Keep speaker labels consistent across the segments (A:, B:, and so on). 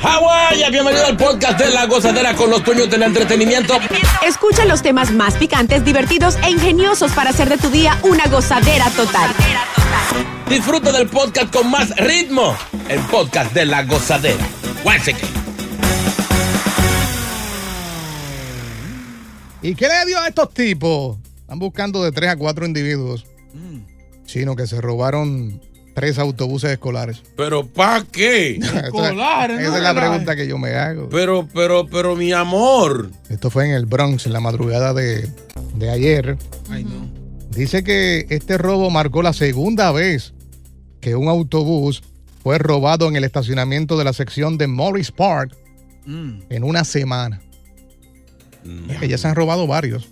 A: Hawái, bienvenido al podcast de La Gozadera con los puños del entretenimiento.
B: Escucha los temas más picantes, divertidos e ingeniosos para hacer de tu día una gozadera total.
A: Disfruta del podcast con más ritmo. El podcast de La Gozadera. Guáchate.
C: ¿Y qué le dio a estos tipos? Están buscando de tres a cuatro individuos chinos que se robaron tres autobuses escolares.
A: Pero ¿pa qué?
C: Escolares, Esa es la pregunta que yo me hago.
A: Pero, pero, pero, mi amor.
C: Esto fue en el Bronx, en la madrugada de, de ayer. Dice que este robo marcó la segunda vez que un autobús fue robado en el estacionamiento de la sección de Morris Park en una semana. Es que ya se han robado varios.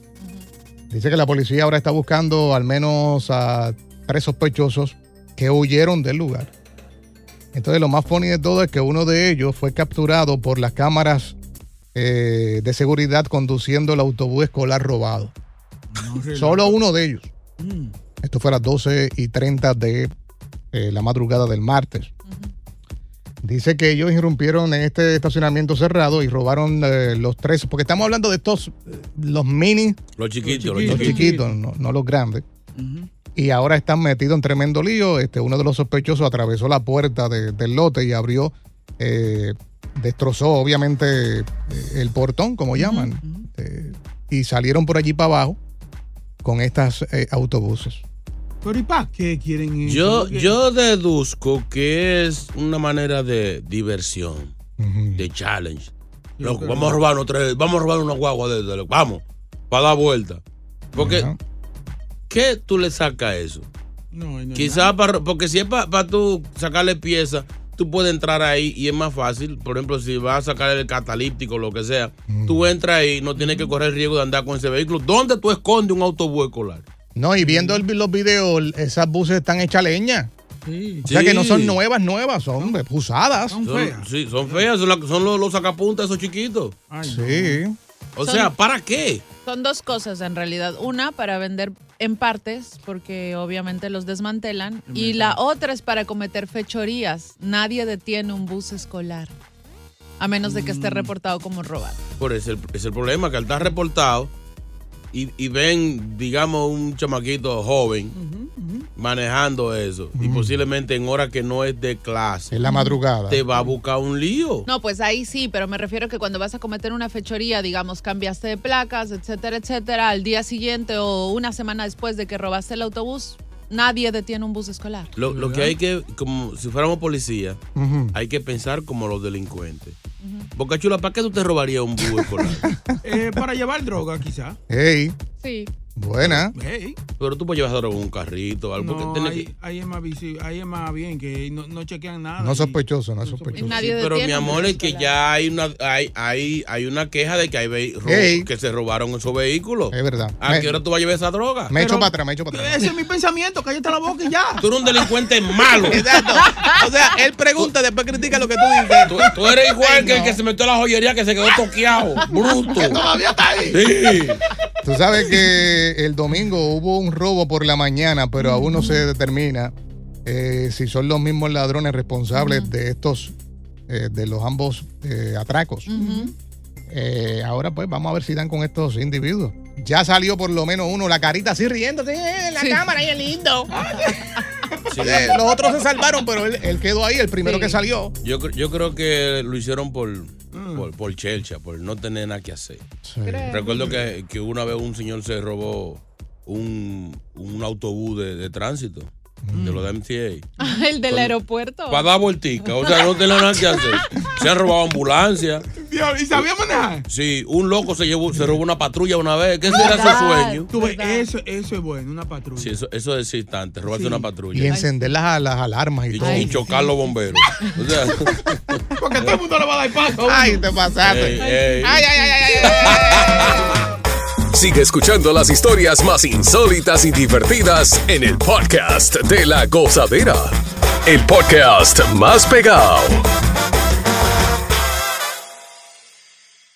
C: Dice que la policía ahora está buscando al menos a tres sospechosos que huyeron del lugar. Entonces lo más funny de todo es que uno de ellos fue capturado por las cámaras eh, de seguridad conduciendo el autobús escolar robado. Solo uno de ellos. Esto fue a las 12 y 30 de eh, la madrugada del martes. Dice que ellos irrumpieron en este estacionamiento cerrado y robaron eh, los tres, porque estamos hablando de estos, eh, los mini,
A: Los chiquitos, los
C: los
A: chiquitos.
C: chiquitos, no, no los grandes. Y ahora están metidos en tremendo lío. Este, uno de los sospechosos atravesó la puerta de- del lote y abrió, eh, destrozó obviamente eh, el portón, como llaman, eh, y salieron por allí para abajo con estas eh, autobuses.
D: Pero ¿y para Ah, qué quieren eso?
A: Yo,
D: Porque-
A: yo deduzco que es una manera de diversión, de challenge. Loco,
D: pero-
A: vamos a robar tres, vamos a robar una guagua de, de- vamos, para dar vuelta. Porque,
C: Ajá.
A: ¿qué tú le sacas a eso?
D: Pues No, no,
A: Quizás para, porque si es para tú sacarle piezas, tú puedes entrar ahí y es más fácil. Por ejemplo, si vas a sacar el catalíptico o lo que sea,
D: Mm.
A: tú entras ahí, no tienes que correr el riesgo de andar con ese vehículo. ¿Dónde tú escondes un autobús escolar?
C: No, y viendo el- los videos, esas buses están hechas leña.
D: Sí,
C: O sea que no son
A: Sí.
C: nuevas, nuevas, son eh, usadas.
D: son
A: Son,
D: feas.
A: sí, son feas, son, la- son los, los sacapuntas esos chiquitos.
D: Ay, no.
C: Sí.
A: O
B: Son-
A: sea, ¿para qué?
B: Son dos cosas en realidad. Una para vender en partes, porque obviamente los desmantelan. Y la otra es para cometer fechorías. Nadie detiene un bus escolar, a menos de que esté reportado como robado.
A: Por ese es el problema, que al estar reportado y, y ven, digamos, un chamaquito joven manejando eso, y posiblemente en hora que no es de clase,
C: En la madrugada.
A: te va a buscar un lío.
B: No, pues ahí sí, pero me refiero que cuando vas a cometer una fechoría, digamos, cambiaste de placas, etcétera, etcétera, al día siguiente o una semana después de que robaste el autobús, nadie detiene un bus escolar.
A: Lo, lo que hay que, como si fuéramos policías,
C: Ujú.
A: hay que pensar como los delincuentes. Boca Chula, ¿para qué tú te robarías un búho escolar?
D: Eh, para llevar droga, quizá.
C: Ey,
B: Sí.
C: Buena.
D: Hey.
A: Pero tú puedes llevar un carrito o algo.
D: No,
A: porque tiene
D: ahí, ahí es más visible, ahí es más bien que no, no chequean nada.
C: No sospechoso, no sospechoso.
D: nadie
A: pues, pero
D: detiene
A: mi amor,
D: los
A: es que ya hay una, hay, hay, hay una queja de que hay ve- ro-
C: Ey.
A: que se robaron esos vehículos.
C: Es verdad.
A: ¿A qué hora tú vas a llevar esa droga?
C: Me echo para atrás, me echo para atrás.
D: Ese es mi pensamiento, cállate la boca y ya.
A: Tú eres un delincuente malo.
D: Exacto.
A: O sea, él pregunta, después critica lo que tú dices. Tú, tú eres igual que el que se metió a la joyería que se quedó toqueado. Bruto.
D: todavía está ahí.
A: Sí.
C: Tú sabes que el domingo hubo un robo por la mañana, pero aún no se determina eh, si son los mismos ladrones responsables de estos, eh, de los ambos eh, atracos. Eh, ahora pues vamos a ver si dan con estos individuos. Ya salió por lo menos uno, la carita así riéndose eh, en la cámara, y es lindo. Eh, los otros se salvaron, pero él, él quedó ahí, el primero que salió. Mm.
A: Yo, cre- yo creo que lo hicieron por, por, por chelcha, por no tener nada que hacer.
C: ¿Crees?
A: Recuerdo que, que una vez un señor se robó un, un autobús de, de tránsito,
C: Mm.
A: de los de MTA.
B: El del aeropuerto.
A: Para dar vueltica, o sea, no tenía nada que hacer. Se han robado ambulancias.
D: ¿Y sabía manejar?
A: Sí, un loco se llevó, se robó una patrulla una vez. ¿Qué será su sueño?
D: Tú ves, eso, eso es bueno, una patrulla.
A: Sí, eso, eso es excitante, robarse una patrulla.
C: Y encender las, las alarmas y
A: Y,
C: todo.
A: y chocar los bomberos. O sea,
D: Porque todo el mundo le va a dar paso.
C: Ay, te pasaste.
A: Ey, ey.
C: Ay, ay, ay, ay, ay.
E: Sigue escuchando las historias más insólitas y divertidas en el podcast de la gozadera. El podcast más pegado.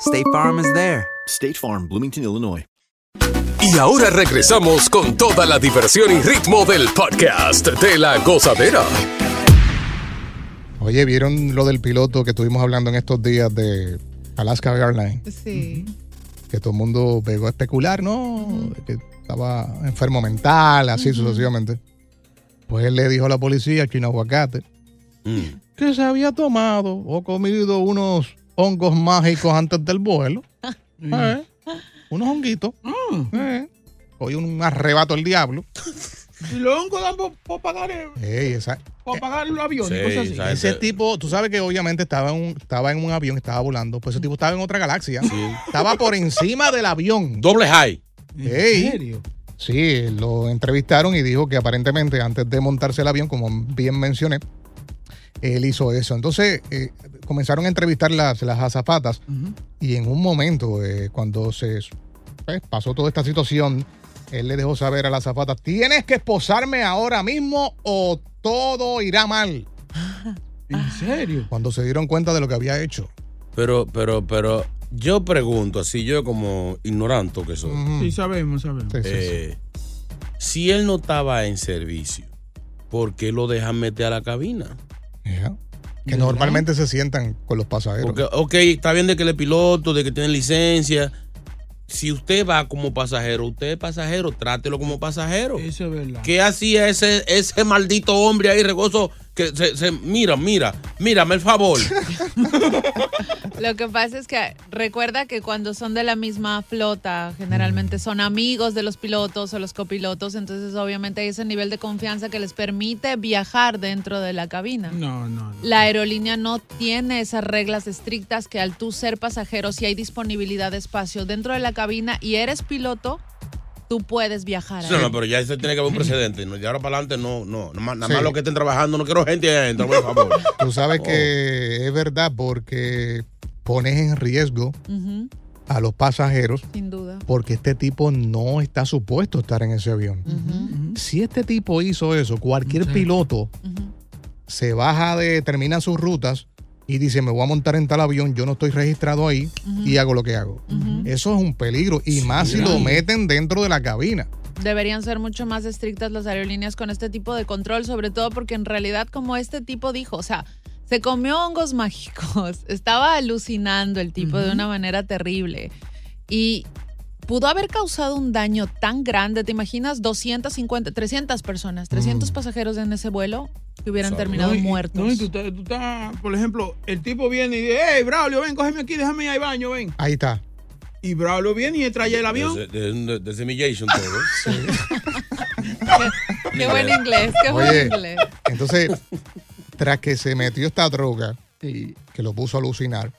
F: State Farm is there.
G: State Farm, Bloomington, Illinois.
E: Y ahora regresamos con toda la diversión y ritmo del podcast de la gozadera.
C: Oye, ¿vieron lo del piloto que estuvimos hablando en estos días de Alaska Airlines?
B: Sí.
C: Que todo el mundo pegó a especular, ¿no? Que estaba enfermo mental, así sucesivamente. Pues él le dijo a la policía, chino aguacate, que se había tomado o comido unos hongos mágicos antes del vuelo. Eh, Unos honguitos. Eh, Hoy un arrebato el diablo.
D: Y los hongos dan por, por pagar el,
C: Ey, esa-
D: por pagar los aviones
C: Sí,
D: y cosas así.
C: esa Ese gente- tipo, tú sabes que obviamente estaba en, un, estaba en un avión, estaba volando, pues ese tipo estaba en otra galaxia. Estaba por encima del avión.
A: Doble high.
C: ¿En serio? Sí, lo entrevistaron y dijo que aparentemente antes de montarse el avión, como bien mencioné, él hizo eso. Entonces eh, comenzaron a entrevistar las, las azafatas y en un momento, eh, cuando se pues, pasó toda esta situación, él le dejó saber a la azafata, tienes que esposarme ahora mismo o todo irá mal. ¿En serio? Cuando se dieron cuenta de lo que había hecho.
A: Pero, pero, pero, yo pregunto, así yo como ignorante que soy.
C: Mm.
D: Sí, sabemos, sabemos.
A: eh, Si él no estaba en servicio, ¿por qué lo dejan meter a la cabina?
C: Que normalmente se sientan con los pasajeros.
A: Porque, ok, está bien de que él es piloto, de que tiene licencia. Si usted va como pasajero, usted es pasajero, trátelo como pasajero.
D: Eso es verdad.
A: ¿Qué hacía ese, ese maldito hombre ahí, regozo? Que se, se- mira, mira, mírame el favor.
B: Lo que pasa es que recuerda que cuando son de la misma flota, generalmente son amigos de los pilotos o los copilotos, entonces obviamente hay ese nivel de confianza que les permite viajar dentro de la cabina.
D: No, no.
B: La aerolínea no tiene esas reglas estrictas que al tú ser pasajero, si hay disponibilidad de espacio dentro de la cabina y eres piloto, tú puedes viajar.
A: No,
B: ahí.
A: no, pero ya eso tiene que haber un precedente. ¿no? De ahora para adelante, no, no. Nada más, nada
C: Sí.
A: más los que estén trabajando, no quiero gente ahí adentro, por favor.
B: Oh.
C: Tú sabes que es verdad porque pones en riesgo
B: Ujú.
C: a los pasajeros
B: Sin duda.
C: porque este tipo no está supuesto a estar en ese avión. Si este tipo hizo eso, cualquier piloto se baja de, termina sus rutas y dice, me voy a montar en tal avión, yo no estoy registrado ahí y hago lo que hago. Eso es un peligro y más si lo meten dentro de la cabina.
B: Deberían ser mucho más estrictas las aerolíneas con este tipo de control, sobre todo porque en realidad, como este tipo dijo, o sea, se comió hongos mágicos, estaba alucinando el tipo de una manera terrible y pudo haber causado un daño tan grande, ¿te imaginas? 250, 300 personas, 300 pasajeros en ese vuelo que hubieran terminado
D: No, y-
B: muertos.
D: No, y tú, estás- tú estás, por ejemplo, el tipo viene y dice, hey, Braulio, ven, cógeme aquí, déjame ir al baño, ven.
C: Ahí está.
D: Y Braulio viene y entra allá el avión.
A: Desde Immigration todo.
B: Qué buen inglés, qué
C: Oye.
B: buen inglés.
C: Entonces, tras que se metió esta droga, que lo puso a alucinar,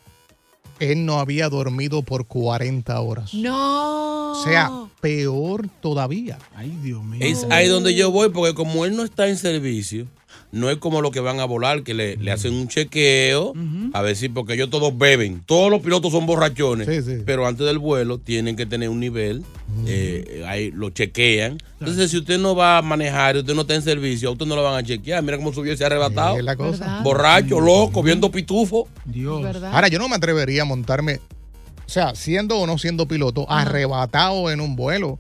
C: él no había dormido por 40 horas.
B: No.
C: O sea, peor todavía.
D: Ay, Dios mío.
A: Es ahí donde yo voy, porque como él no está en servicio, no es como los que van a volar, que le, le hacen un chequeo, a ver si, porque ellos todos beben, todos los pilotos son borrachones, pero antes del vuelo tienen que tener un nivel, eh, ahí lo chequean. Entonces, si usted no va a manejar, usted no está en servicio, a usted no lo van a chequear. Mira cómo subió ese arrebatado. Borracho, loco, viendo pitufo.
D: Dios.
C: Ahora, yo no me atrevería a montarme, o sea, siendo o no siendo piloto, arrebatado en un vuelo.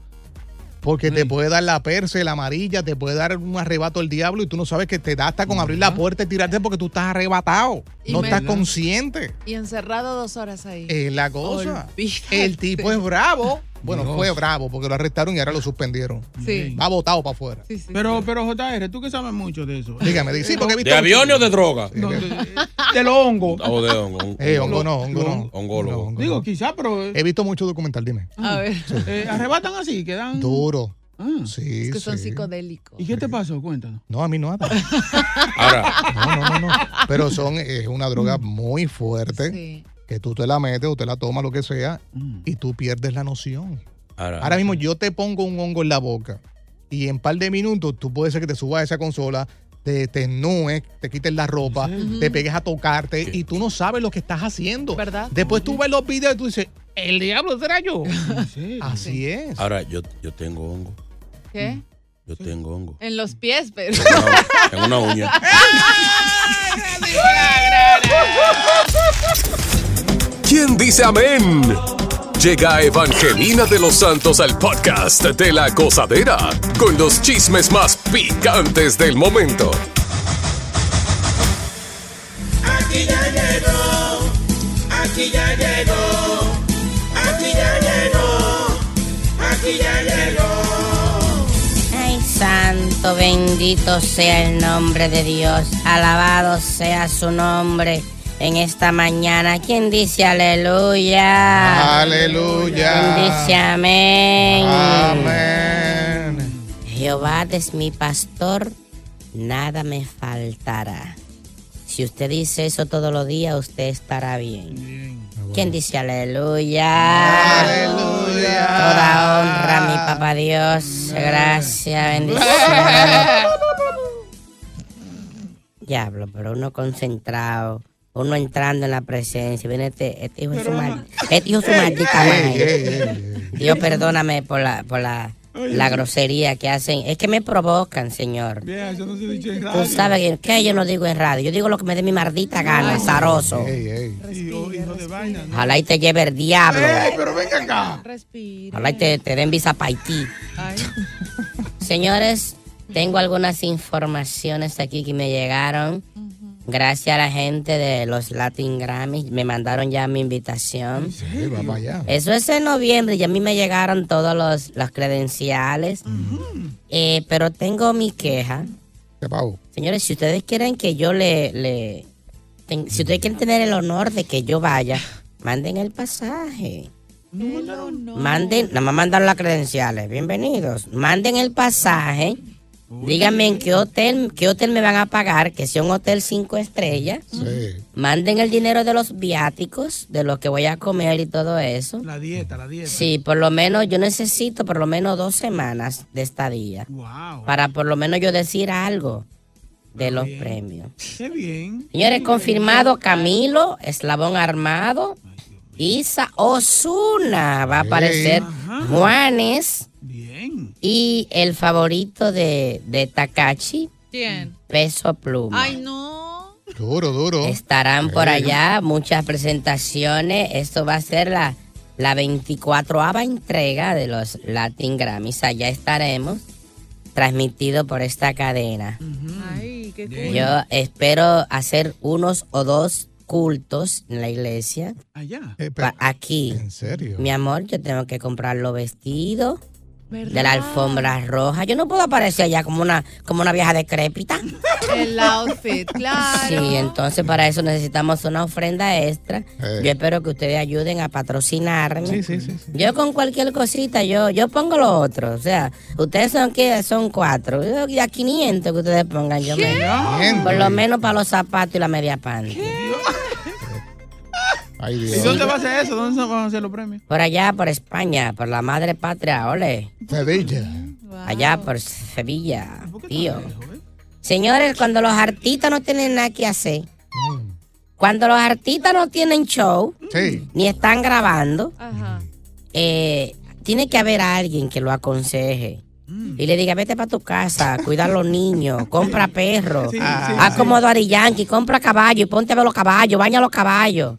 C: Porque te puede dar la perse, la amarilla, te puede dar un arrebato el diablo y tú no sabes que te da hasta con abrir la puerta y tirarte porque tú estás arrebatado.
B: Y
C: no
B: me-
C: estás consciente.
B: Y encerrado dos horas ahí.
C: Es Eh, la cosa.
B: Olvídate.
C: El tipo es bravo. Bueno,
D: Dios.
C: fue bravo porque lo arrestaron y ahora lo suspendieron.
B: Sí.
C: Va botado para afuera.
D: Pero, pero JR, tú que sabes mucho de eso.
C: Dígame, di- sí, porque he visto.
A: ¿De aviones o de droga? Ah,
D: De los hongos.
A: O de hongo.
C: Eh, hongo no, hongo no.
A: Hongólogo.
D: Digo, quizá, pero. eh,
C: He visto mucho documental, dime.
B: A ver.
D: eh, arrebatan así, quedan.
C: Duro.
D: Ah.
C: Sí,
B: Es que son
C: sí.
B: psicodélicos.
D: ¿Y qué te pasó? Cuéntanos.
C: No, a mí nada.
A: Ahora.
C: No, no, no, no. Pero son, es una droga
B: Mm.
C: muy fuerte que tú te la metes o te la tomas, lo que sea,
B: Mm.
C: y tú pierdes la noción.
D: Ah,
A: Ahora,
C: Ahora mismo yo te pongo un hongo en la boca y en par de minutos tú puedes ser que te subas a esa consola, te, te desnudes, te quites la ropa, te pegues a tocarte y tú no sabes lo que estás haciendo.
B: ¿Verdad?
C: Después tú ves los videos y tú dices, el diablo será yo. Así es.
A: ahora yo, yo tengo hongo.
B: ¿Qué?
A: Yo tengo hongo.
B: En los pies, pero.
A: Tengo una uña.
E: ¿Quién dice amén? Llega Evangelina de los Santos al podcast de la gozadera con los chismes más picantes del momento.
H: Aquí ya llegó, aquí ya llegó, aquí ya llegó, aquí ya llegó.
I: Ay, santo, bendito sea el nombre de Dios. Alabado sea su nombre en esta mañana. ¿Quién dice aleluya?
C: Aleluya.
I: ¿Quién dice amén?
C: Amén.
I: Jehová es mi pastor, nada me faltará. Si usted dice eso todos los días, usted estará bien. ¿Quién dice aleluya? Aleluya. Toda honra, mi papá Dios. Gracias, bendiciones. Diablo, pero uno concentrado, uno entrando en la presencia. Viene este, este hijo de su mal- Este hijo de su maldita madre. Dios perdóname por la, por la, la grosería que hacen. Es que me provocan, señor.
D: Vea, yo no sé dicho en
I: Tú
D: radio.
I: sabes que ¿qué yo no digo en radio. Yo digo lo que me dé mi mardita gana, azaroso.
D: Hijo, hijo de vaina. ¿no?
I: Ojalá y te lleve el diablo.
H: Eh,
D: ¡Ey, pero venga acá!
I: Ojalá y te, te den visa para Haití. Señores, tengo algunas informaciones aquí que me llegaron. Gracias a la gente de los Latin Grammys. Me mandaron ya mi invitación.
C: va para allá.
I: Eso es en noviembre y a mí me llegaron todos los, las credenciales. Eh, pero tengo mi queja. Señores, si ustedes quieren que yo le... le ten- si ustedes quieren tener el honor de que yo vaya, manden el pasaje. Manden, nada más mandaron las credenciales. Bienvenidos. Manden el pasaje. Díganme en qué hotel, qué hotel me van a pagar, que sea un hotel cinco estrellas. Manden el dinero de los viáticos, de lo que voy a comer y todo eso.
D: La dieta, la dieta.
I: Sí, por lo menos yo necesito por lo menos dos semanas de estadía
D: Wow.
I: para por lo menos yo decir algo de los premios.
D: Qué bien.
I: Señores, confirmado Camilo, Eslabón Armado, Isa Osuna va a aparecer Juanes. Y el favorito de, de Takachi,
B: ¿Quién?
I: Peso Pluma.
B: Ay, no.
C: Duro, duro.
I: Estarán por allá muchas presentaciones. Esto va a ser la, la 24ava entrega de los Latin Grammys. Allá estaremos, transmitido por esta cadena.
B: Ay, qué cool.
I: Yo espero hacer unos o dos cultos en la iglesia.
D: Allá.
I: Pa- Aquí. ¿En
C: serio?
I: Mi amor, yo tengo que comprar los vestidos. De la alfombra roja. Yo no puedo aparecer allá como una, como una vieja decrépita.
B: El outfit, claro.
I: Sí, entonces para eso necesitamos una ofrenda extra. Yo espero que ustedes ayuden a patrocinarme.
C: Eh. Sí, sí, sí.
I: Yo con cualquier cosita, yo, yo pongo lo otro. O sea, ustedes son que son cuatro. Yo, ya 500 que ustedes pongan. Yo me- por lo menos para los zapatos y la media pan.
C: Ay,
D: ¿Y dónde va a ser eso? ¿Dónde van a hacer los premios?
I: Por allá, por España, por la madre patria, ole.
C: Sevilla.
I: Allá por Sevilla, tío. Señores, cuando los artistas no tienen nada que hacer, cuando los artistas no tienen show, ni están grabando, eh, tiene que haber alguien que lo aconseje. Y le diga, vete para tu casa, cuida a los niños, compra perros, acomodo a Yankee, compra caballo y ponte a ver los caballos, baña los caballos.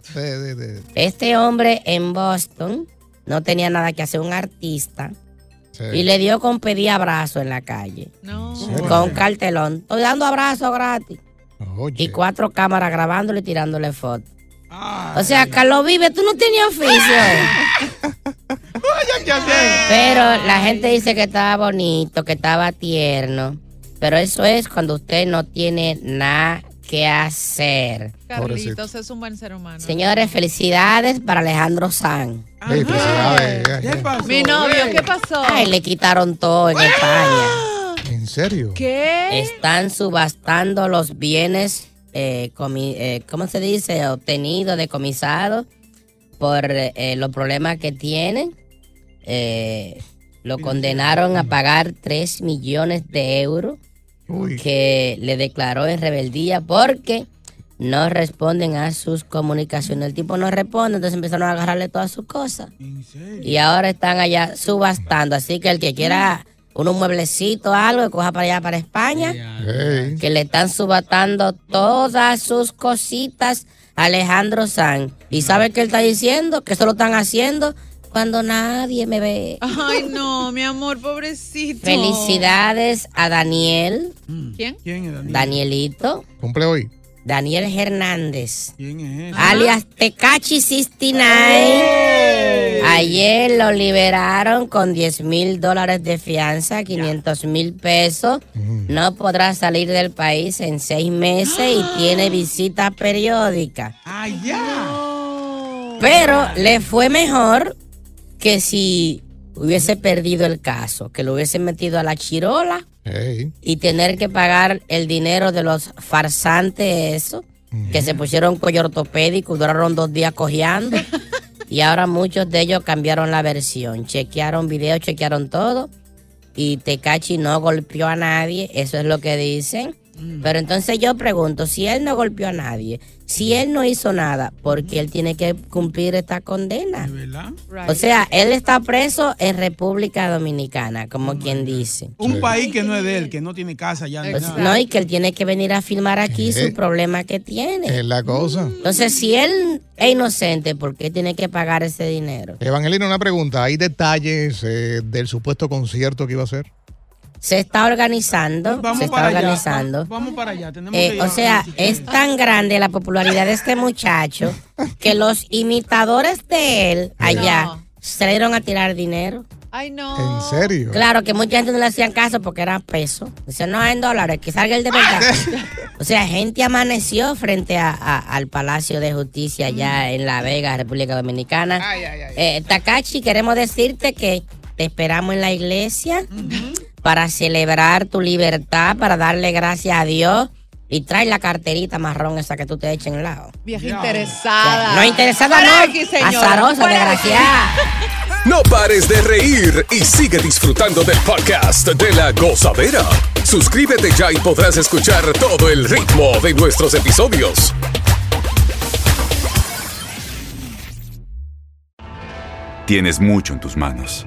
I: Este hombre en Boston no tenía nada que hacer, un artista, y le dio con pedir abrazo en la calle. Con un cartelón. Estoy dando abrazos gratis. Y cuatro cámaras grabándole y tirándole fotos. O sea, Carlos Vive, tú no tenías oficio. pero la gente dice que estaba bonito, que estaba tierno. Pero eso es cuando usted no tiene nada que hacer.
B: Carlitos es un buen ser humano.
I: Señores, felicidades para Alejandro San. felicidades.
B: ¿Qué pasó? Mi novio, ¿qué pasó?
I: Ay, le quitaron todo en España.
C: ¿En serio?
B: ¿Qué?
I: Están subastando los bienes, eh, comi- eh, ¿cómo se dice? Obtenidos, decomisados, por eh, eh, los problemas que tienen. Eh, lo condenaron a pagar 3 millones de euros que le declaró en rebeldía porque no responden a sus comunicaciones. El tipo no responde, entonces empezaron a agarrarle todas sus cosas. Y ahora están allá subastando. Así que el que quiera unos mueblecitos, algo, que coja para allá, para España, que le están subastando todas sus cositas a Alejandro Sanz. ¿Y sabe qué él está diciendo? Que eso lo están haciendo cuando nadie me ve.
B: Ay, Ah, no, mi amor, pobrecito.
I: Felicidades a Daniel,
B: ¿Quién?
D: ¿Quién es Daniel?
I: Danielito.
C: Cumple hoy.
I: Daniel Hernández.
D: ¿Quién es?
I: alias Tecachi 69. Ayer lo liberaron con 10 mil dólares de fianza, 500 mil pesos. No podrá salir del país en seis meses
D: ¡Ah!
I: y tiene visitas periódicas. Pero le fue mejor que si hubiese perdido el caso, que lo hubiesen metido a la chirola y tener que pagar el dinero de los farsantes, eso, que se pusieron cuello ortopédico, duraron dos días cojeando. y ahora muchos de ellos cambiaron la versión, chequearon videos, chequearon todo. Y Tecachi no golpeó a nadie, eso es lo que dicen. Pero entonces yo pregunto, si él no golpeó a nadie, si él no hizo nada, ¿por qué él tiene que cumplir esta condena? O sea, él está preso en República Dominicana, como quien dice.
D: Un país que no es de él, que no tiene casa ya. ni
I: Pues,
D: nada.
I: no, y que él tiene que venir a filmar aquí
C: Sí.
I: su problema que tiene.
C: Es la cosa.
B: Mm.
I: Entonces, si él es inocente, ¿por qué tiene que pagar ese dinero?
C: Evangelina, una pregunta. ¿Hay detalles eh, del supuesto concierto que iba a hacer?
I: Se está organizando, se está
D: Pues para allá,
I: organizando.
D: Vamos para allá, tenemos
I: Eh,
D: que ir.
I: o sea, es tan grande la popularidad de este muchacho que los imitadores de él allá salieron a tirar dinero.
B: Ay, no.
C: ¿En serio?
I: Claro que mucha gente no le hacían caso porque eran pesos. Dicen, no, en dólares, que salga el de verdad. o sea, gente amaneció frente a- a- al Palacio de Justicia
B: Mm.
I: allá en La Vega, República Dominicana. Eh, Takachi, queremos decirte que te esperamos en la iglesia para celebrar tu libertad, para darle gracias a Dios. Y trae la carterita marrón esa que tú te eches en el lado.
B: Vieja interesada.
I: No interesada,
B: Fuera
I: no.
B: de Ah. aquí, señora.
I: Azarosa,
B: Fuera de aquí.
I: desgraciada.
E: No pares de reír y sigue disfrutando del podcast de la gozadera. Suscríbete ya y podrás escuchar todo el ritmo de nuestros episodios.
J: Tienes mucho en tus manos.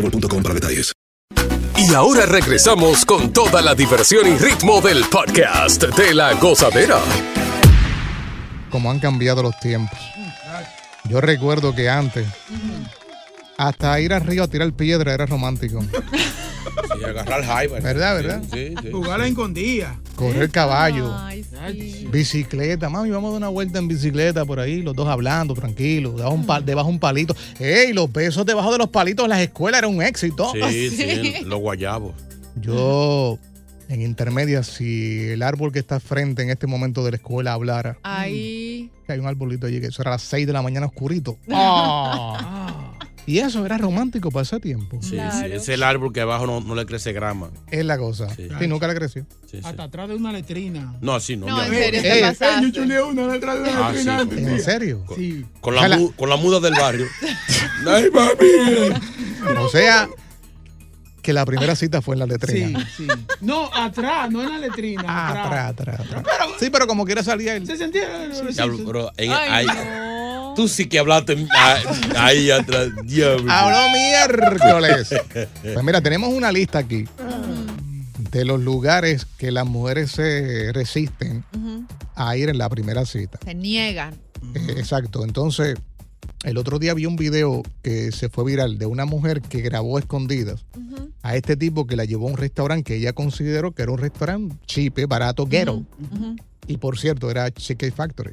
K: para detalles.
E: Y ahora regresamos con toda la diversión y ritmo del podcast de la gozadera.
C: Como han cambiado los tiempos.
B: Mm.
C: Yo recuerdo que antes, hasta ir al río a tirar piedra era romántico.
A: Y agarrar jaiba.
C: ¿Verdad,
A: Sí,
C: verdad?
A: Sí, sí.
D: Jugar a la escondida.
C: Correr caballo, bicicleta. Mami, vamos a dar una vuelta en bicicleta por ahí, los dos hablando, tranquilos, debajo un,
A: Mm.
C: pa- debajo un palito. ¡Ey! Los besos debajo de los palitos en las escuelas era un éxito.
A: Sí, sí, los guayabos.
C: Yo, en intermedia, si el árbol que está frente en este momento de la escuela hablara, mm,
B: Ahí.
C: que hay un arbolito allí, que eso era a las 6 de la mañana oscurito. Ah. y eso era romántico para ese tiempo.
A: Sí, sí, es el árbol que abajo no, no le crece grama.
C: Es la cosa.
A: Sí.
C: Sí, nunca le creció.
A: Sí, sí.
D: Hasta atrás de una letrina.
A: No, así no. mi amor.
C: te
D: Ey,
C: pasaste.
D: ey, yo chuleé una detrás de una
A: Ah,
D: letrina
A: sí,
D: antes,
A: ¿en
D: mira.
C: serio?
D: Sí.
A: Con la,
C: Ojalá.
A: mu- con la muda del barrio. ¡Ay, mami!
C: O sea, que la primera cita fue en la letrina.
D: Sí. No, atrás, no en la letrina.
C: Ah, Atrás, atrás, atrás. sí, pero como quiera salía él.
D: Se sentía.
A: Diablo, pero en-
D: Ay,
A: ahí- Tú sí que hablaste ah, ahí atrás. Diablo.
C: Ahora miércoles. Pues mira, tenemos una lista aquí de los lugares que las mujeres se resisten
B: Ujú.
C: a ir en la primera cita.
B: Se niegan.
C: Eh, Exacto. Entonces, el otro día vi un video que se fue viral de una mujer que grabó a escondidas a este tipo que la llevó a un restaurante que ella consideró que era un restaurante chipe, barato, ghetto. Y por cierto, era Chicken Factory.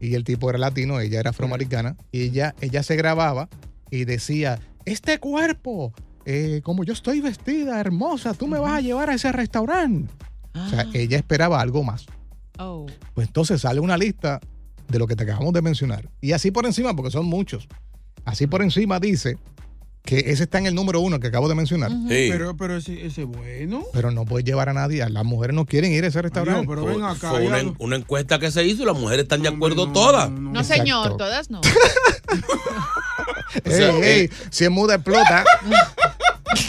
C: Y el tipo era latino, ella era afroamericana. Y ella, ella se grababa y decía, este cuerpo, eh, como yo estoy vestida, hermosa, tú me vas a llevar a ese restaurante. O
D: Ah.
C: sea, ella esperaba algo más.
B: Oh.
C: Pues entonces sale una lista de lo que te acabamos de mencionar. Y así por encima, porque son muchos. Así por encima dice que ese está en el número uno que acabo de mencionar.
D: Pero, pero ese, ese bueno.
C: Pero no puedes llevar a nadie. Las mujeres no quieren ir a ese restaurante.
A: Fue- fue una, en- una encuesta que se hizo y las mujeres están de acuerdo todas.
B: No, señor, todas no.
C: Ey,
A: eh,
C: ey, si es muda, explota.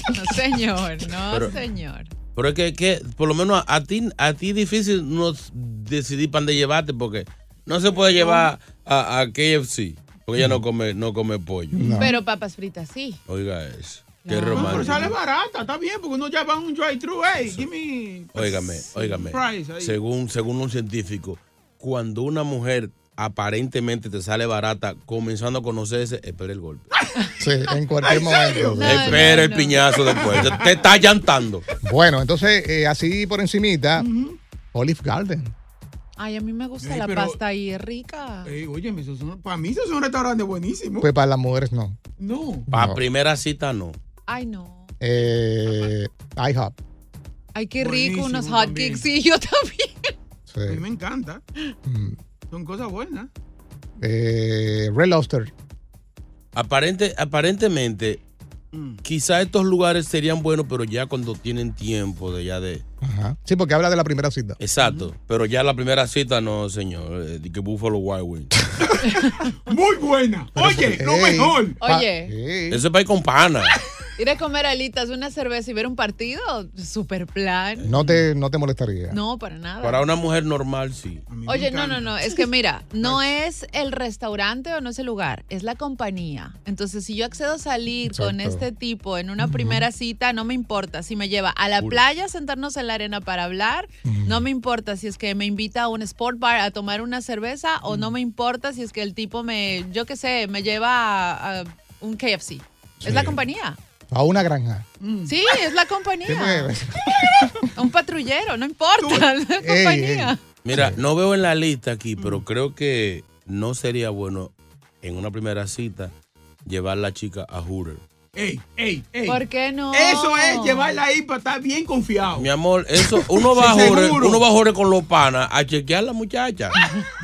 B: No, señor, no,
A: Pero-
B: señor.
A: Pero es que, que por lo menos a, a ti a ti difícil no decidir para dónde llevarte porque no se puede llevar a, a KFC porque ella no come no come pollo.
B: Pero papas fritas sí.
A: Oiga eso. Qué
D: No, pero
A: romántico.
D: sale barata, está bien, porque uno ya va a un drive-thru, ey, give me.
A: Óigame, óigame.
D: Price ahí.
A: Según, según un científico, cuando una mujer aparentemente te sale barata comenzando a conocerse, espera el golpe.
C: Sí, en cualquier momento.
A: espera el piñazo después. Te- Te está llantando.
C: Bueno, entonces, eh, así por encimita, Olive Garden.
B: Ay, a mí me gusta
D: Ey,
B: la
D: pero-
B: pasta ahí, es rica.
D: Ey, óyeme, esos son- para mí esos son restaurantes buenísimos.
C: Pues para las mujeres no.
D: no.
A: Para
C: No.
A: primera cita no.
B: Ay, no.
C: Eh, IHOP.
B: Ay, qué
D: Buenísimo
B: rico, unos hotcakes. Sí, yo también.
C: sí. Mm.
D: A mí me encanta. Son cosas buenas.
C: Eh, Red Lobster.
A: Aparente, aparentemente,
C: Mm.
A: quizá estos lugares serían buenos, pero ya cuando tienen tiempo de ya de.
C: Ajá. Sí, porque habla de la primera cita.
A: Exacto. Pero ya la primera cita no, señor. Eh, di que Buffalo Wild Wings.
D: Muy buena. Oye, lo
A: Ey.
D: mejor.
B: Oye,
A: Ese país con pana.
B: ir a comer alitas, una cerveza y ver un partido, super plan.
C: No te, no te molestaría.
B: No, para nada.
A: Para una mujer normal, sí.
B: Oye, no, no, no, es que mira, no es el restaurante o no es el lugar, es la compañía. Entonces, si yo accedo a salir con
A: Exacto.
B: este tipo en una primera cita, no me importa. Si me lleva a la
A: Puro.
B: playa a sentarnos en la arena para hablar, no me importa. Si es que me invita a un sport bar a tomar una cerveza o no me importa si es que el tipo me, yo qué sé, me lleva a, a un KFC. Es la compañía.
C: a una granja.
B: Sí, es la compañía.
C: mueves?
B: Un patrullero, no importa, la compañía.
A: Mira, no veo en la lista aquí,
D: Mm.
A: pero creo que no sería bueno en una primera cita llevar la chica a Hooter.
D: Ey, ey, ey.
B: ¿Por qué no?
D: Eso es llevarla ahí para estar bien confiado.
A: Mi amor, eso, uno va a
D: Sí,
A: Hooter,
D: seguro.
A: uno va a Hooter con los panas a chequear a la muchacha.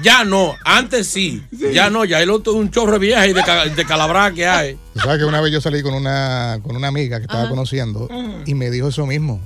A: Ya no, antes sí, ya no, ya hay otro- un chorro de vieja y de, ca- de calabra que hay.
C: Tú sabes que una vez yo salí con una, con una amiga que estaba
A: Ajá.
C: conociendo y me dijo eso mismo.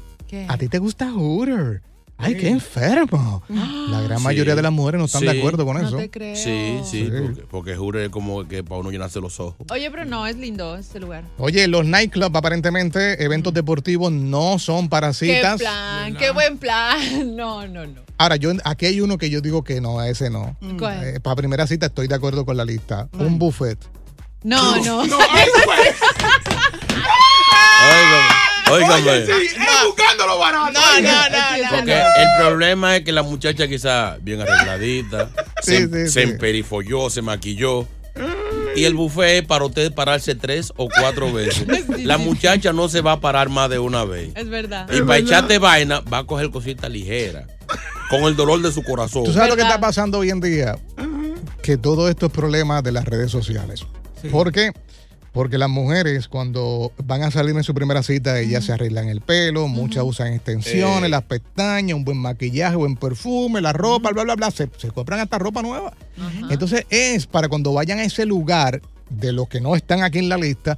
C: ¿A ti te gusta Hooter? Ay, qué enfermo. La gran
A: Sí.
C: mayoría de las mujeres no están de
A: Sí.
C: acuerdo con
B: No
C: eso.
B: te creo.
A: Sí, sí, porque, porque Hooter es como que para uno llenarse los ojos.
B: Oye, pero no, es lindo este lugar.
C: Oye, los nightclubs aparentemente, eventos deportivos no son para citas.
B: Qué plan, qué buen plan. No, no, no.
C: Ahora, yo aquí hay uno que yo digo que no, ese no.
H: Mm.
B: ¿Cuál?
C: Eh, para primera cita estoy de acuerdo con la lista. Un buffet.
B: No, no.
A: Óigame.
D: buscando lo barato.
H: No, no, no, no.
A: Porque el problema es que la muchacha quizá bien arregladita, se, se emperifolló, se maquilló. Y el buffet es para usted pararse tres o cuatro veces. La muchacha no se va a parar más de una vez.
B: Es verdad.
A: Y para echarte vaina, va a coger cositas ligeras. Con el dolor de su corazón.
C: ¿Tú sabes lo que está pasando hoy en día? Que todo esto es problema de las redes sociales. ¿Por qué? Porque las mujeres cuando van a salir en su primera cita, ellas se arreglan el pelo, muchas usan extensiones,
A: Eh.
C: las pestañas, un buen maquillaje, buen perfume, la ropa, bla, bla, bla. Se, se compran hasta ropa nueva. Entonces es para cuando vayan a ese lugar de los que no están aquí en la lista,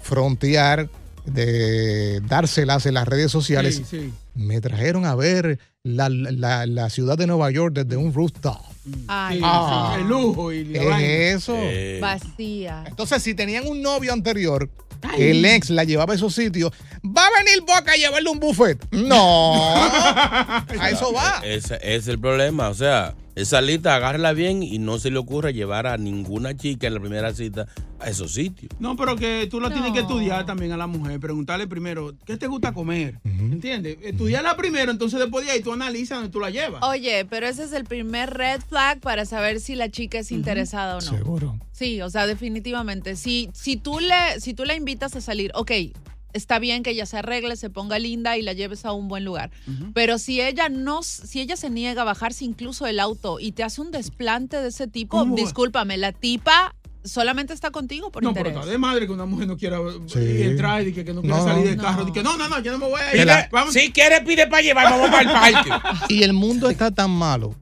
C: frontear, de dárselas en las redes sociales.
D: Sí, sí.
C: Me trajeron a ver la, la- la ciudad de Nueva York desde un rooftop.
B: Ay,
D: Sí,
C: Ah.
D: sí, El lujo y la
C: Es
D: vaina.
C: eso.
B: Vacía.
C: Entonces, si tenían un novio anterior, el ex la llevaba a esos sitios, ¿va a venir Boca a llevarle un buffet? No. a eso va.
A: Ese es el problema. O sea, esa lista agárrala bien y no se le ocurra llevar a ninguna chica en la primera cita a esos sitios.
D: No, pero que tú la tienes que estudiar también a la mujer. Preguntarle primero, ¿qué te gusta comer? ¿Entiendes? Estudiarla primero, entonces después de ahí tú analizas donde tú la llevas.
B: Oye, pero ese es el primer red flag para saber si la chica es interesada o no.
C: Seguro.
B: Sí, o sea, definitivamente. Si, si, tú le, si tú la invitas a salir, ok, está bien que ella se arregle, se ponga linda y la lleves a un buen lugar. Pero si ella no, s- si ella se niega a bajarse incluso del auto y te hace un desplante de ese tipo,
D: ¿Cómo va?
B: discúlpame, la tipa solamente está contigo por
D: no, pero
B: interés.
D: está de madre que una mujer no quiera eh, entrar y que, que no quiera
C: No,
D: salir del
C: no.
D: carro. Y que no, no, no, yo no me voy a ir.
C: Mira,
A: Si quieres, pide para llevar, vamos para el parque.
C: Y el mundo está tan malo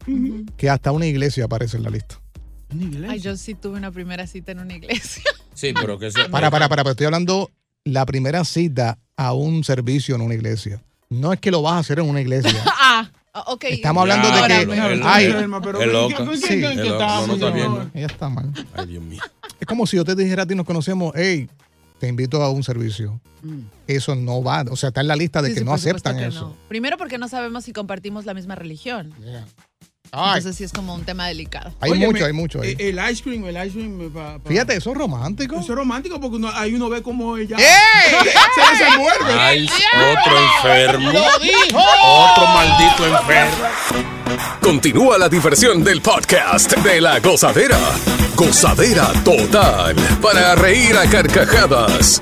C: que hasta una iglesia aparece en la lista.
B: Ay, yo sí tuve una primera cita en una iglesia.
A: Sí, pero que eso.
C: Para, para, para, pero estoy hablando la primera cita a un servicio en una iglesia. No es que lo vas a hacer en una iglesia.
B: ah, ok.
C: Estamos hablando de que-
A: Es
C: Ay. Pues,
A: enferma, pero
C: Es
A: ¿en
C: loca.
A: qué- en qué-
C: Sí.
A: en qué Es loca. estamos, No, no está bien, señor?
C: Ella está mal.
A: Ay, Dios mío.
C: Es como si yo te dijera a ti, nos conocemos, hey, te invito a un servicio.
A: Mm.
C: Eso no va, o sea, está en la lista de
B: Sí,
C: que
B: sí,
C: no
B: por supuesto
C: aceptan
B: que
C: eso.
B: no. Primero porque no sabemos si compartimos la misma religión.
C: Ay.
B: Entonces sí es como un tema delicado.
C: Hay
D: Óyeme,
C: mucho, hay mucho ahí.
D: eh, El ice cream, el ice cream. eh, pa- pa-
C: Fíjate, eso es romántico.
D: Eso es romántico porque uno- ahí uno ve cómo ella
C: ¡Ey!
D: se desenvuelve.
A: Ay, otro
E: Ah,
A: enfermo.
D: ¡Lo dijo!
A: Otro maldito enfermo.
E: Continúa la diversión del podcast de la gozadera. Gozadera total. Para reír a carcajadas.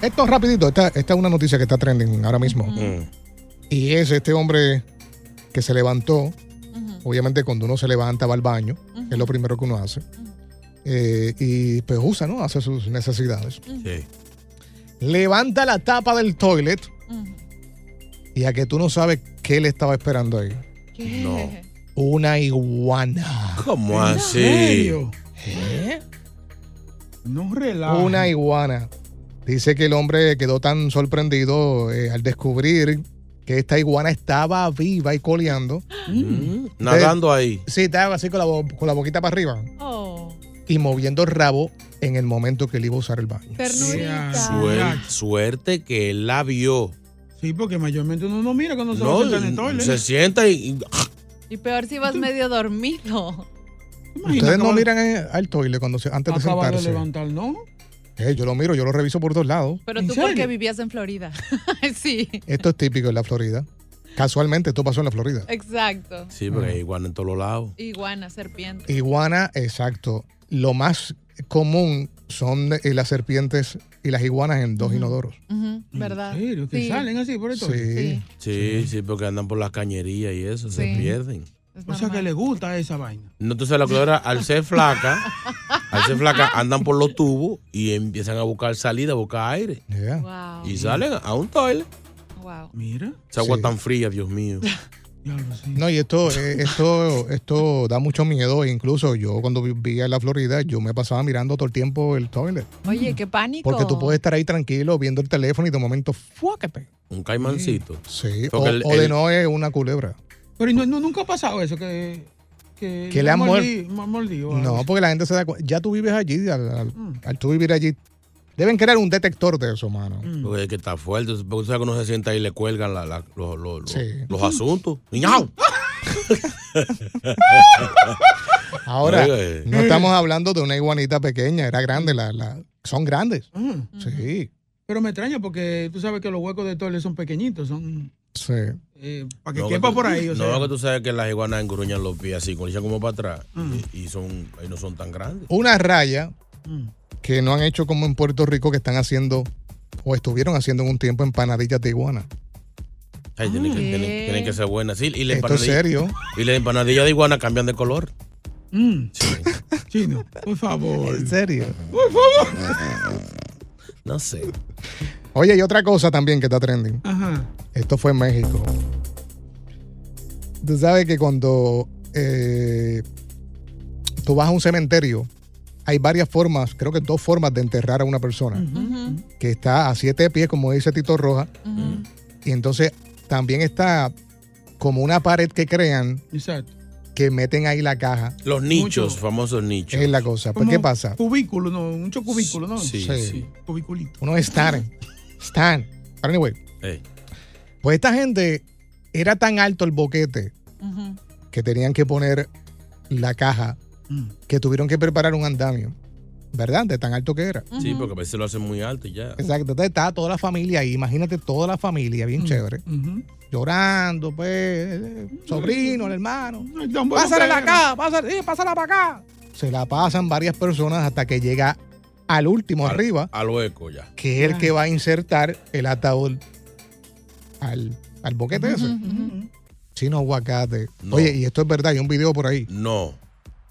C: Esto rapidito, esta, esta es una noticia que está trending ahora mismo.
A: Mm.
C: Y es este hombre que se levantó. Obviamente cuando uno se levanta va al baño, es lo primero que uno hace. Eh, y pues usa, ¿no? Hace sus necesidades.
A: Sí.
C: Levanta la tapa del toilet. Y a que tú no sabes qué le estaba esperando ahí.
A: No.
C: Una iguana.
A: ¿Cómo
C: Ah,
A: así?
D: serio? No relaja.
C: Una iguana. Dice que el hombre quedó tan sorprendido eh, al descubrir que esta iguana estaba viva y coleando. Mm. Eh,
A: Nadando ahí.
C: Sí, estaba así con la, bo- con la boquita para arriba
E: Oh.
C: y moviendo el rabo en el momento que él iba a usar el baño.
D: Ternurita.
A: Suer- suerte que él la vio.
D: Sí, porque mayormente uno no mira cuando se va a
A: No,
D: sentar en ¿eh? el toilet.
A: se sienta y.
B: Y peor si vas medio dormido.
C: Ustedes no miran eh, al toile cuando se, antes de
D: Acaba de
C: sentarse.
D: levantar, ¿no?
C: Eh, yo lo miro, yo lo reviso por dos lados.
B: Pero tú porque vivías en Florida. sí,
C: Esto es típico en la Florida. Casualmente, esto pasó en la Florida.
B: exacto.
A: Sí, porque hay iguana en todos los lados.
B: Iguana, serpiente.
C: Iguana, exacto. Lo más común son eh, las serpientes y las iguanas en dos inodoros.
B: Ujú, ¿Verdad?
D: Que
B: Sí.
D: salen así por esto.
C: Sí.
A: Sí, sí, porque andan por las cañerías y eso, se
D: Sí.
A: pierden.
D: O sea que le gusta esa vaina.
A: No, tú sabes lo que ahora, al ser flaca, al ser flaca, andan por los tubos y empiezan a buscar salida, a buscar aire. Y salen a un toile.
D: Mira.
A: Esa agua
C: Sí.
A: tan fría, Dios mío.
C: No, y esto, eh, esto, esto da mucho miedo. Incluso yo cuando vivía en la Florida, yo me pasaba mirando todo el tiempo el toilet.
B: Oye, qué pánico.
C: Porque tú puedes estar ahí tranquilo viendo el teléfono y de momento, fuáquete.
A: Un caimancito.
C: Sí, O,
A: Porque el-
C: o de
A: el-
C: no es una culebra.
D: Pero no- no- nunca ha pasado eso que. Que,
C: Que le han
D: mordi-
C: muer-
D: mo- mordido.
C: No, porque la gente se da cuenta. Ya tú vives allí, al, al- al tú vivir allí. Deben crear un detector de eso, mano.
A: Porque es que está fuerte. Porque tú sabes que uno se sienta ahí y le cuelgan la- la- los, los- los-
C: Sí.
A: los asuntos. ¡Niñao!
C: Ahora,
A: Oiga. eh.
C: no estamos hablando de una iguanita pequeña, era grande, la, la- son grandes. Sí,
D: Pero me extraña porque tú sabes que los huecos de toilet son pequeñitos, son
C: sí.
D: eh, para que
A: No,
D: quepa
A: tú-
D: por ahí. O
A: no,
D: sea.
A: que tú sabes que las iguanas engruñan los pies así, con echan como para atrás.
C: Mm.
A: Y, y son, y no son tan grandes.
C: Una raya que no han hecho como en Puerto Rico, que están haciendo o estuvieron haciendo en un tiempo empanadillas de iguana.
A: Ay, tienen, que, tienen- tienen que ser buenas. Sí, y la
C: Ah, Esto es
A: empanadilla-
C: serio.
A: Y las empanadillas de iguana cambian de color.
D: Chino, por favor.
C: ¿En serio?
D: Por favor.
A: No sé.
C: Oye, y otra cosa también que está trending.
D: Ajá.
C: Esto fue en México. Tú sabes que cuando eh, tú vas a un cementerio, hay varias formas, creo que dos formas de enterrar a una persona. Que está a siete pies, como dice Tito Roja. Y entonces también está como una pared que crean
D: Exacto.
C: que meten ahí la caja.
A: Los nichos, famosos nichos.
C: Es la cosa. Pues, ¿qué pasa?
D: Cubículo, no, mucho cubículo, ¿no?
C: Sí, sí.
D: Cubiculito.
C: Uno están. Están. Pero anyway.
A: Ey.
C: Pues esta gente era tan alto el boquete que tenían que poner la caja
D: Mm.
C: que tuvieron que preparar un andamio. ¿Verdad? De tan alto que era.
A: Sí, porque a veces lo hacen muy alto y ya.
C: Exacto. Entonces estaba toda la familia ahí. Imagínate toda la familia,
D: Mm.
C: bien chévere. Llorando, pues. eh, Sobrino, el hermano.
D: bueno
C: Pásale
D: que
C: la
D: era.
C: caja, pásale, sí, pásala para acá. Se la pasan varias personas hasta que llega al último arriba,
A: Al hueco ya.
C: que es el que va a insertar el ataúd al, al boquete ese. Chino aguacate. Oye, y esto es verdad, hay un video por ahí.
A: No.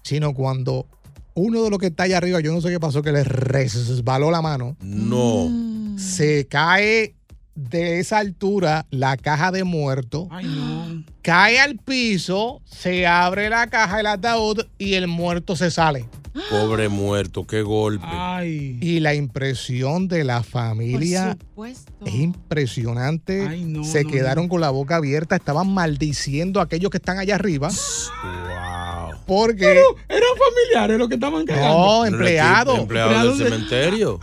C: Sino cuando uno de los que está allá arriba, yo no sé qué pasó, que le resbaló la mano.
A: No.
C: Se cae de esa altura la caja de muerto. Cae al piso, se abre la caja del ataúd y el muerto se sale.
A: Pobre muerto, qué golpe.
C: Ah. Y la impresión de la familia es impresionante. se quedaron con la boca abierta, estaban maldiciendo a aquellos que están allá arriba. Porque
D: Eran familiares los que estaban cagando.
C: No, empleado.
A: Empleado del cementerio.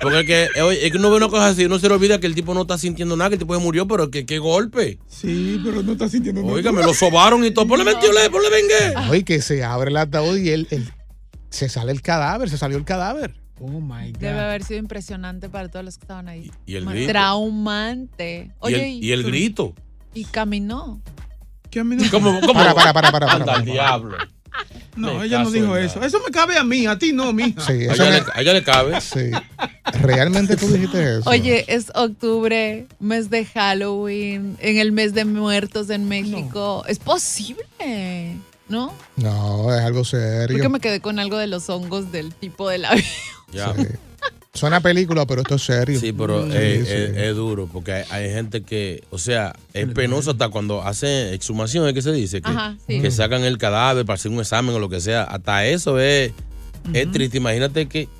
A: Porque es que, eh, oye, es que uno ve una cosa así, uno se le olvida que el tipo no está sintiendo nada, que el tipo se murió, pero que qué golpe.
D: Sí, pero no está sintiendo
A: nada. Oiga, me lo sobaron y todo. Ponle mentiole, ponle vengue.
C: Ay, que se abre el ataúd y él, él- se sale el cadáver, se salió el cadáver.
D: Oh my
B: Debe haber sido impresionante para todos los que estaban ahí.
A: Y el
B: Ma-
A: grito.
B: Traumante.
A: Y
B: Oye,
A: el, y el grito.
B: y caminó.
A: ¿Cómo, cómo?
C: Para, para, para, para,
A: Anda,
C: para,
A: el
C: para.
A: diablo.
D: No,
A: Me
D: ella no
A: caso
D: dijo
A: en
D: eso. Eso me cabe a mí, a ti no, mija.
C: Sí,
A: A
C: eso
A: ella
C: me-
A: le, a ella le cabe.
C: sí. Realmente tú dijiste eso.
B: Oye, es octubre, mes de Halloween, en el mes de muertos en México. Es posible, ¿no?
C: No, es algo
B: Porque
C: serio.
B: me quedé con algo de los hongos del tipo del avión.
C: Sí. Suena película, pero esto es serio.
A: Sí, pero
C: Sí,
A: eh,
C: sí.
A: eh, Es, duro porque hay, hay gente que, o sea, es penoso hasta cuando hacen exhumación, es que se dice, que,
B: Ajá, sí.
A: que sacan el cadáver para hacer un examen o lo que sea. Hasta eso es, es triste. Imagínate que,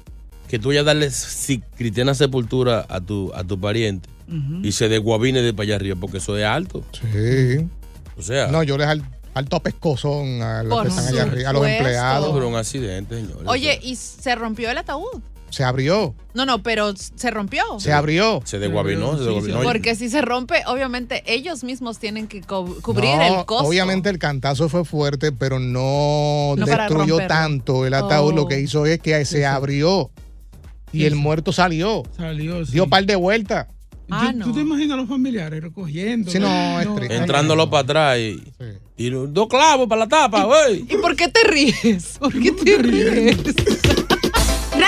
A: que tú ya darle si, cristiana sepultura a tu, a tu pariente eh, y se desguabine de para allá arriba porque eso es alto.
C: Sí.
A: O sea,
C: No, yo les al, alto pescozón a los
B: Por
C: que están allá arriba, a los
B: supuesto.
C: empleados.
A: pero un accidente, señor.
B: Oye, y se rompió el ataúd.
C: Se abrió,
B: No, no, pero se rompió.
C: se abrió.
A: Se desguabinó, se desguabinó.
B: Porque si se rompe, obviamente ellos mismos tienen que co- cubrir
C: No,
B: el costo.
C: Obviamente el cantazo fue fuerte, pero no,
B: No para
C: destruyó
B: romperlo.
C: tanto el ataúd.
B: Oh.
C: Lo que hizo es que se abrió y el muerto salió.
D: Salió, sí.
C: Dio par de vueltas.
D: Ah, ¿Tú, tú te imaginas a los familiares recogiendo?
C: Sí, no, es
A: Entrándolo para atrás y, Y lo- dos clavos para la tapa, güey.
B: ¿Y por qué te ríes? ¿Por qué te ríes?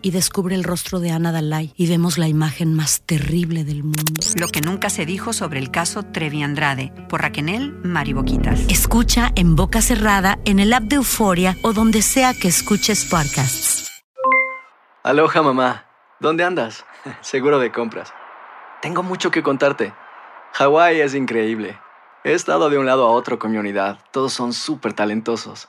L: Y descubre el rostro de Ana Dalai y vemos la imagen más terrible del mundo.
M: Lo que nunca se dijo sobre el caso Trevi Andrade por Raquel Mariboquitas.
L: Escucha en boca cerrada, en el app de Euforia o donde sea que escuches podcasts.
N: Aloha mamá, ¿dónde andas? Seguro de compras. Tengo mucho que contarte. Hawái es increíble. He estado de un lado a otro con mi unidad. Todos son súper talentosos.